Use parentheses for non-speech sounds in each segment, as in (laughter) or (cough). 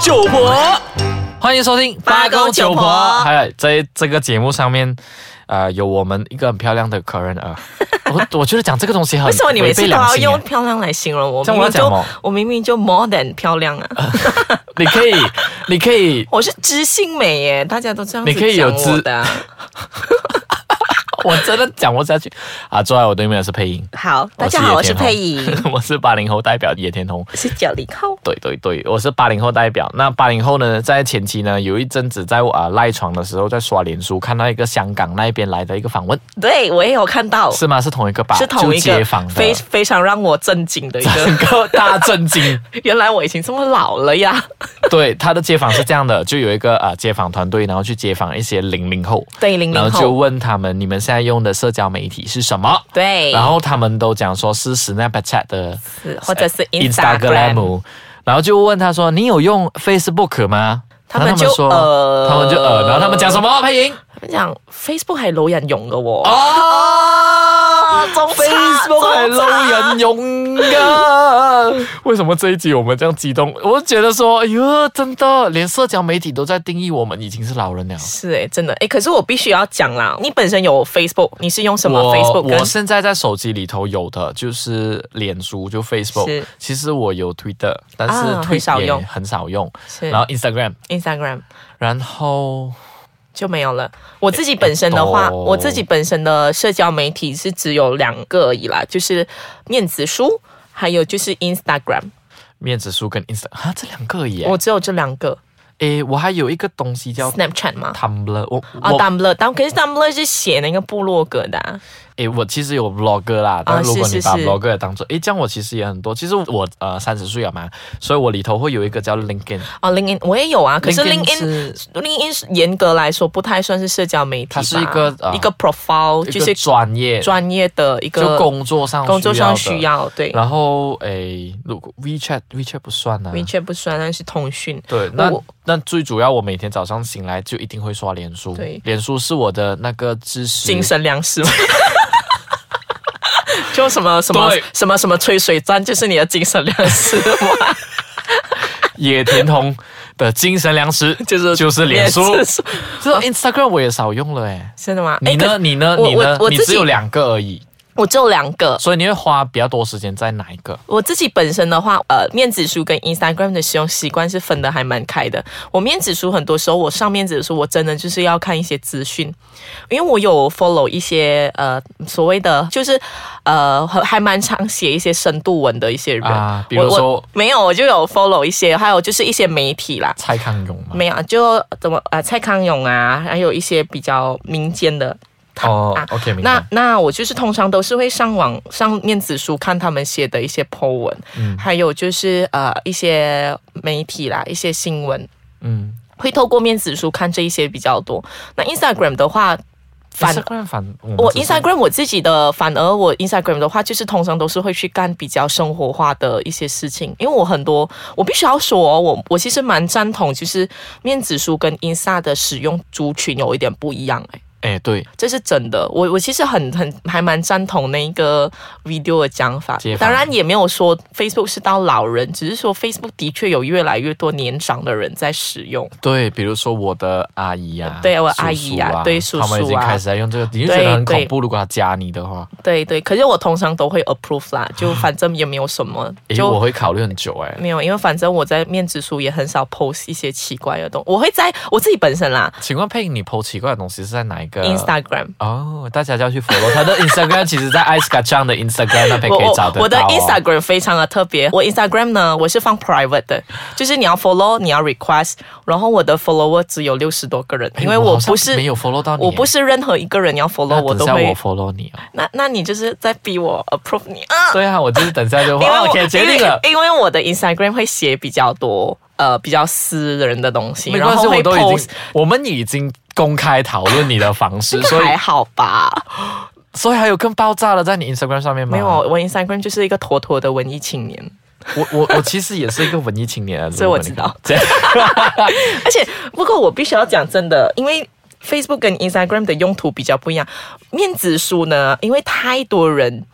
九婆，欢迎收听八公九婆还有哎在这个节目上面，呃，有我们一个很漂亮的客人 (laughs) 儿。我我觉得讲这个东西很为什么你每啊违次背都良要心欸用耶。漂亮来形容我？这样明我要明讲就哦呃我明明就 more than 漂亮啊，你可以，你可以，我是知性美耶，大家都这样子你可以有讲我知的啊。我真的讲不下去啊！坐在我对面的是配音， (laughs) 好，大家好，我野是田佩宏 (laughs) 仪，我是八零后代表野田红。是九零后。对对对，我是八零后代表。那八零后呢，在前期呢，有一阵子在啊、赖床的时候，在刷脸书，看到一个香港那边来的一个访问，对我也有看到，是吗？是同一个吧？哦是同一就街个访的，非非常让我震惊的一 (laughs) 整 (laughs) 个。个大震惊。原来我已经这么老了呀！对，他的街访是这样的，就有一个啊、呃街访团队，然后去街访一些零零后，对，零然零后就后，问他们你们现在用的社交媒体是什么？对，然后他们都讲说是 Snapchat 的，是或者是 Instagram，呃 Instagram。然后就问他说：“你有用 Facebook 吗？”他们然后就说，呃哦他们就呃，然后他们讲什么？配音讲 Facebook 系老人用嘅喎。哦中差，Facebook 还中差捞人用啊！ (laughs) 为什么这一集我们这样激动？我觉得说，哎呦，真的，连社交媒体都在定义我们已经是老人了。是哎、真的哎、可是我必须要讲啦，你本身有 Facebook，你是用什么 Facebook 我跟我现在在手机里头有的就是脸书，就 Facebook 是。其实我有 Twitter，但是啊 Twitter 很少也用很少用。是然后 Instagram， Instagram 然后就没有了。我自己本身的话，哦我自己本身的社交媒体是只有两个而已啦，就是面子书，还有就是 Instagram，面子书跟 Insta 啊，这两个耶。我只有这两个。诶，我还有一个东西叫 Snapchat 吗？ Tumblr，我啊我，Tumblr，但可是 Tumblr 是写那个部落格的、啊，诶，我其实有 vlog 啦，但如果是你是把是 vlog 也当做诶，这样我其实也很多。其实我呃三十岁了嘛，所以我里头会有一个叫 LinkedIn，哦，LinkedIn 我也有啊，可是 LinkedIn LinkedIn。LinkedIn 严格来说不太算是社交媒体吧，它是一个呃一个 profile，一就个是专业，专业的一就个工作上工作上要需的要，对然后诶，如果 WeChat WeChat 不算啊。 ，WeChat 不算，但是通讯。对，那我那最主要，我每天早上醒来就一定会刷脸书。对脸书是我的那个知识精神粮食吗？ (laughs) 就什么什么对什么什么吹水站，就是你的精神 (laughs) 粮食哇，野田红的精神粮 (laughs) 食就是就是脸书。书这 Instagram 我也少用了诶。真的吗？你哎诶可呢？是你呢？我你呢我？我你自己只有两个而已，我只有两个，所以你会花比较多时间在哪一个？我自己本身的话，呃，面子书跟 Instagram 的使用习惯是分得还蛮开的。我面子书很多时候，我上面子书我真的就是要看一些资讯，因为我有 follow 一些呃所谓的就是呃还还蛮常写一些深度文的一些人，啊我比如说我没有，我就有 follow 一些，还有就是一些媒体啦。蔡康永吗？没有，就怎么呃，蔡康永啊，还有一些比较民间的哦啊，OK，明白那。那我就是通常都是会上网上面子书看他们写的一些 po 文，嗯还有就是呃一些媒体啦，一些新闻，嗯会透过面子书看这一些比较多。那 Instagram 的话，反，Instagram 反我们只是 Instagram 我自己的，反而我 Instagram 的话，就是通常都是会去干比较生活化的一些事情，因为我很多，我必须要说哦、我我其实蛮赞同，就是面子书跟 Insta 的使用族群有一点不一样、哎。诶，对，这是真的，我我其实很很还蛮赞同那一个 video 的讲法解，法当然也没有说 Facebook 是到老人，只是说 Facebook 的确有越来越多年长的人在使用。对，比如说我的阿姨啊，对我叔叔阿姨啊对叔叔他们已经啊开始在用这个，你就觉对得很恐对怖。如果他加你的话，对对，可是我通常都会 approve 啦， (laughs) 就反正也没有什么，诶，就我会考虑很久欸诶。没有，因为反正我在面子书也很少 post 一些奇怪的东我会在我自己本身啦、请问佩影，你 PO 奇怪的东西是在哪一个 Instagram。哦，大家就要去 follow 他的 Instagram，其实在 Ice k a c a n 的 Instagram 那边我可以找得到、哦我我的 Instagram 非常的特别，我 Instagram 呢，我是放 private 的，就是你要 follow，你要 request，然后我的 follower 只有六十多个人，哎因为我我好像不是没有 follow 到你哎我不是任何一个人要那 follow 我等都下会我，follow 你哦。那那你就是在逼我 approve 你啊，对啊，我就是等下 (laughs) 就因为我 OK 决定了。因为因为我的 Instagram 会写比较多呃比较私人的东西，没然关系，后我会都已经 post，，我们已经公开讨论你的方 (laughs) 式，所以还好 (laughs) 吧？所以还有更爆炸的在你 Instagram 上面吗？没有，，我 Instagram 就是一个妥妥的文艺青年。我我我其实也是一个文艺青年 (laughs) 啊，所以我知道这样。而且，不过我必须要讲真的，因为 Facebook 跟 Instagram 的用途比较不一样。面子书呢，因为太多人。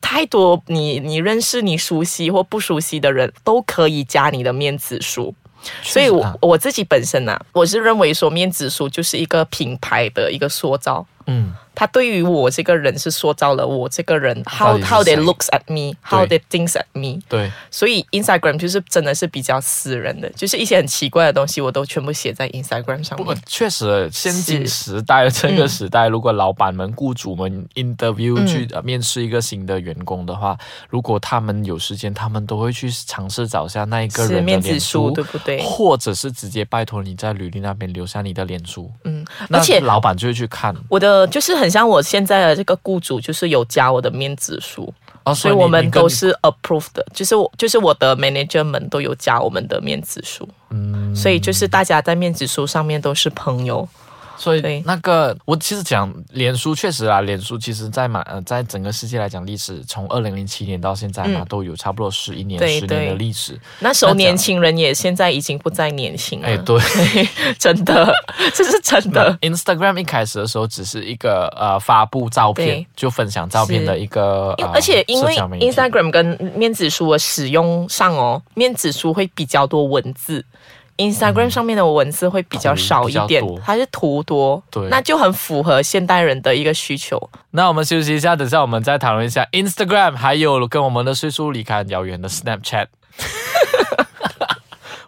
太多你你认识你熟悉或不熟悉的人都可以加你的面子书，所以我，啊我自己本身呢、我是认为说面子书就是一个品牌的一个塑造。嗯，它对于我这个人是塑造了我这个人到，how 底是 how they 谁 looks at me，how they thinks at me。对，所以 Instagram 就是真的是比较私人的，就是一些很奇怪的东西，我都全部写在 Instagram 上不过面。确实，现今时代这个嗯时代，如果老板们、雇主们 interview 去呃面试一个新的员工的话，如果他们有时间，他们都会去尝试找下那一个人是的面子脸书，书，对不对？或者是直接拜托你在履历那边留下你的脸书，嗯，那而且老板就会去看。我的就是很像我现在的这个雇主，就是有加我的面子书，哦，所以你我们你跟都是 approve 的，就是我就是我的 manager 们都有加我们的面子书，嗯，所以就是大家在面子书上面都是朋友，所以对那个我其实讲脸书确实啊，脸书其实在马呃在整个世界来讲，历史从二零零七年到现在嘛，嗯都有差不多十一年对十年的对历史。那时候那这样年轻人也现在已经不再年轻了，哎，对。 (laughs) 真的，这是真那的， (laughs) Instagram 一开始的时候只是一个呃发布照片对就分享照片是的一个，因呃而且因为社交媒体 Instagram 跟面子书的使用上哦，面子书会比较多文字。Instagram 上面的文字会比较少一点嗯图比较多，它是图多，对那就很符合现代人的一个需求。那我们休息一下，等下我们再讨论一下 Instagram，还有跟我们的岁数离开很遥远的 Snapchat。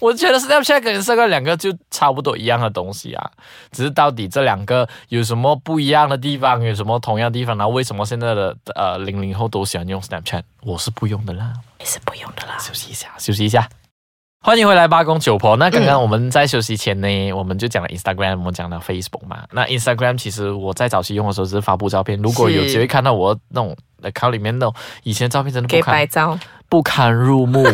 我觉得 Snapchat 跟 Instagram 两个就差不多一样的东西啊，只是到底这两个有什么不一样的地方，有什么同样的地方，然后为什么现在的呃零零后都喜欢用 Snapchat？我是不用的啦。也是不用的啦。休息一下，休息一下。欢迎回来八公九婆。那刚嗯刚我们在休息前呢，我们就讲了 Instagram，我们讲了 Facebook 嘛。那 Instagram 其实我在早期用的时候只是发布照片，如果是有机会看到我那种 account 里面那种以前的照片，真的给不白啊堪照，不堪入 (laughs) 目，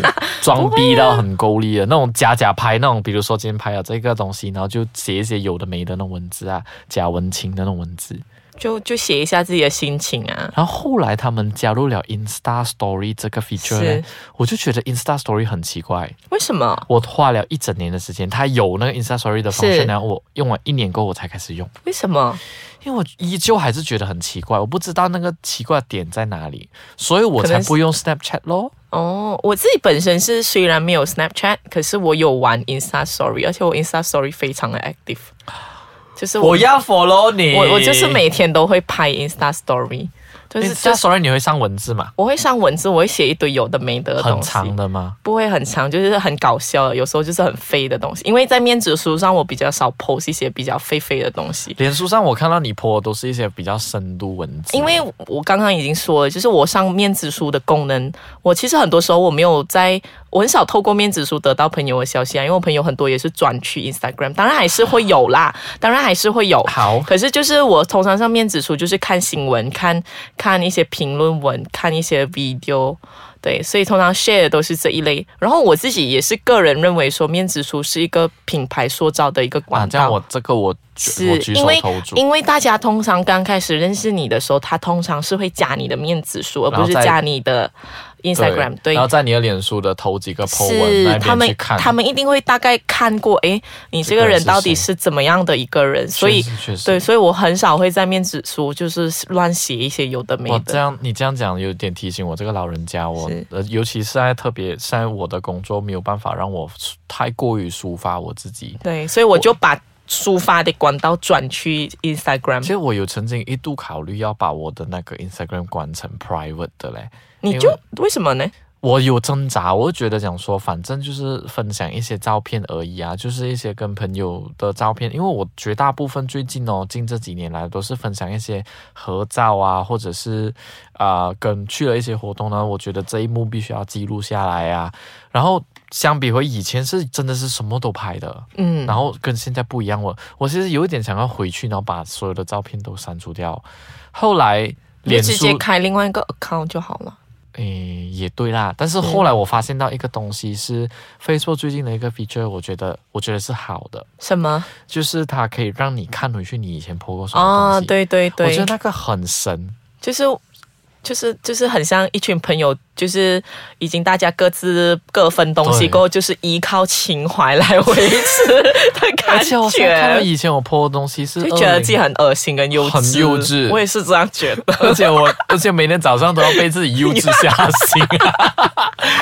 装逼到很够力的那种假假拍那种，比如说今天拍了这个东西，然后就写一些有的没的那种文字啊，假文青的那种文字。就就写一下自己的心情啊。然后后来他们加入了 Insta Story 这个 feature，呢是我就觉得 Insta Story 很奇怪。为什么？我花了一整年的时间，它有那个 Insta Story 的是 function，然后我用完一年过后我才开始用，为什么？因为我依旧还是觉得很奇怪，我不知道那个奇怪的点在哪里，所以我可才能是不用 Snapchat 咯。哦，我自己本身是虽然没有 Snapchat，可是我有玩 Insta Story，而且我 Insta Story 非常的 active，就是我要 follow 你我我就是每天都会拍 Insta Story，就是就 Insta 是 Story 你会上文字嘛？我会上文字，我会写一堆有的没得的很东西，长的吗？不会很长，就是很搞笑的，有时候就是很飞的东西。因为在面子书上，我比较少 post 一些比较飞飞的东西。脸书上我看到你 po 的都是一些比较深度文字，因为我刚刚已经说了，就是我上面子书的功能，我其实很多时候我没有在，我很少透过面子书得到朋友的消息啊，因为我朋友很多也是转去 Instagram，当然还是会有啦，当然还是会有。 (laughs) 好可是就是我通常上面子书就是看新闻，看看一些评论文，看一些 video。对，所以通常 share 的都是这一类。然后我自己也是个人认为说，面子书是一个品牌塑造的一个啊，管这道。样我这个我举我是举因手为投足。因为大家通常刚开始认识你的时候，他通常是会加你的面子书，而然不后是再加你的 Instagram 对。然后在你的脸书的头几个 po 文是那他边去们，看，他们一定会大概看过，诶，你这个人到底是怎么样的一个人？所以确，实确实对，所以我很少会在面子书就是乱写一些有的没我这的。样你这样讲有点提醒我这个老人家，我是呃，尤其是在特别现在我的工作没有办法让我抒太过于抒发我自己。对，所以我就把抒发的管道转去 Instagram 其。实我有曾经一度考虑要把我的那个 Instagram 关成 private 的嘞，你就为什么呢？我有挣扎，我就觉得讲说，反正就是分享一些照片而已啊，就是一些跟朋友的照片，因为我绝大部分最近哦，近这几年来都是分享一些合照啊，或者是啊、呃跟去了一些活动呢，我觉得这一幕必须要记录下来啊。然后相比回以前是真的是什么都拍的，嗯然，后跟现在不一样了。我其实有一点想要回去，然后把所有的照片都删除掉。后来你脸直书接开另外一个 account 就好了。诶，也对啦。但是后来我发现到一个东西是 Facebook 最近的一个 feature，我觉得我觉得是好的，什么？就是它可以让你看回去你以前 po 过什么啊、东西。对对对，我 (laughs) 觉得那个很神。就是就是就是很像一群朋友就是已经大家各自各分东西对过后，就是依靠情怀来维持的而感且我现在看到觉。以前我 po 的东西是就觉得自己20很恶心跟幼稚，很幼稚我也是这样觉得。 (laughs) 而且我，而且每天早上都要被自己幼稚 (laughs) 吓醒，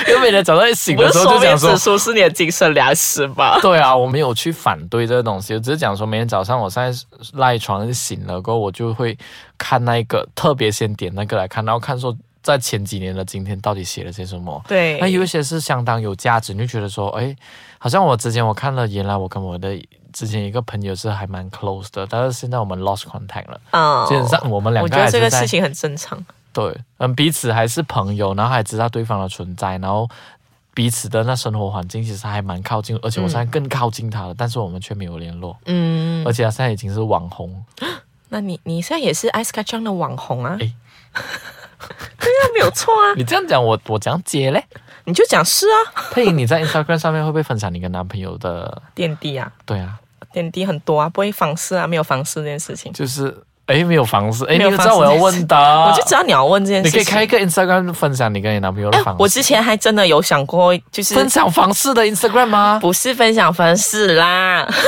因为每天早上一醒不的是时候就面讲指说，数是你的精神粮食吧？ (laughs) 对啊，我没有去反对这个东西，我只是讲说每天早上我现在赖床醒了过后，我就会看那一个，特别先点那个来看，然后看说在前几年的今天到底写了些什么。 (laughs) 对，那有一些是相当有价值，你就觉得说，哎，好像我之前我看了，原来我跟我的之前一个朋友是还蛮 close 的，但是现在我们 lost contact 了，嗯基本上我们两我个觉还得是这个在事情很正常。对，嗯，彼此还是朋友，然后还知道对方的存在，然后彼此的那生活环境其实还蛮靠近，而且我现在更靠近他了，但是我们却没有联络，嗯，而且他现在已经是网红，那你你现在也是 Ice k a 酱的网红啊？哎对 (laughs) 啊，没有错啊， (laughs) 你这样讲我我怎样接嘞？你就讲是啊，佩莹，你在 Instagram 上面会不会分享你跟男朋友的？点滴啊，对啊，点滴很多啊，不会房事啊，没有房事这件事情，就是哎没有房事，哎没你有都知道我要问的，我就知道你要问这件啊你事可情。以开一个 Instagram 分享你跟你男朋友的哎房，我之前还真的有想过，就是分享房事的 Instagram 吗？ (laughs) 不是分享方式啦， (laughs)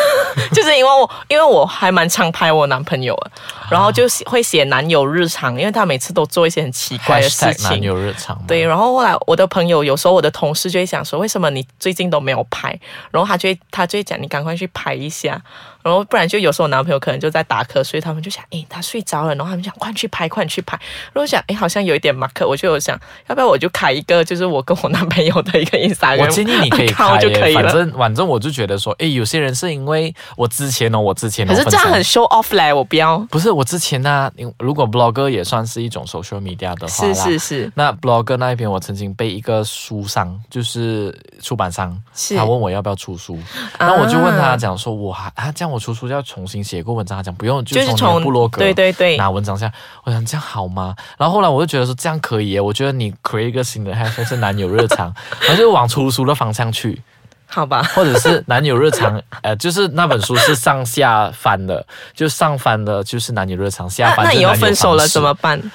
就是因为我因为我还蛮常拍我男朋友的，啊然后就会写男友日常，因为他每次都做一些很奇怪的事 Hashtag 男情。友日常吗对，然后后来我的朋友有时候我的同事就会想说，为什么你最近都没有拍？然后他就会他就会讲，你赶快去拍一下。然后不然就有时候我男朋友可能就在打瞌睡，他们就想，诶，他睡着了，然后他们想快去拍，快去拍。然后我想，诶，好像有一点 mark，我就有想，要不要我就开一个，就是我跟我男朋友的一个 Instagram，我建议你可 (laughs) 以 account 开就可以耶，反了。正反正我就觉得说，诶，有些人是因为我之前呢、我之前、哦，可是这样分享很 show off 嘞，我不要。不是我之前呢、啊因如果 blogger 也算是一种 social media 的话是啦，是是，那 blogger 那一边，我曾经被一个书商，就是出版商，是啊他问我要不要出书，然后我就问他讲说，我还啊，这样我出书要重新写过文章，他讲不用，就是从你的从部落格对对对拿文章下来，我想这样好吗？然后后来我就觉得说这样可以耶，我觉得你 create 一个新的 hashtag 是男友日常， (laughs) 然后就往出书的方向去。好吧。或者是男友日常， (laughs) 呃，就是那本书是上下翻的，就上翻的就是男友日常，下 (laughs) 那翻那就是以男后友分手了方式怎么办？ (laughs)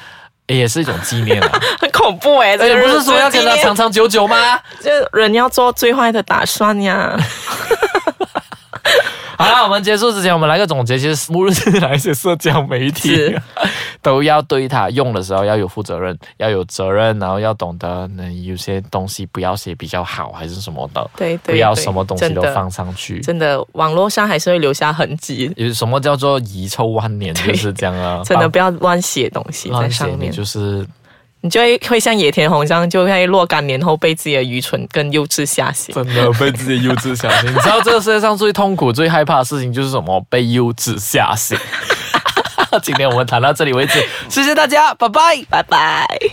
诶也是一种纪念啊。很恐怖哎、欸！而这且个不日是子说要跟他今天长长久久吗？就是人要做最坏的打算 (laughs) 呀。好了，我们结束之前，我们来个总结，其实无论是哪一些社交媒体是， (laughs) 都要对它用的时候要有负责任，要有责任，然后要懂得，嗯，有些东西不要写比较好，还是什么的，对不对要什么东西都。对放上去。真的真的，网络上还是会留下痕迹，有什么叫做遗臭万年，就是这样啊！ (laughs) 真的把不要乱写东西在乱写上，你面，就是你就会会像野田宏这样，就会若干年后被自己的愚蠢跟幼稚吓醒。真的被自己幼稚吓醒。你知道这个世界上最痛苦、最害怕的事情就是什么？被幼稚吓 (laughs) 醒。今天我们谈到这里为止，谢谢大家，拜拜。拜拜。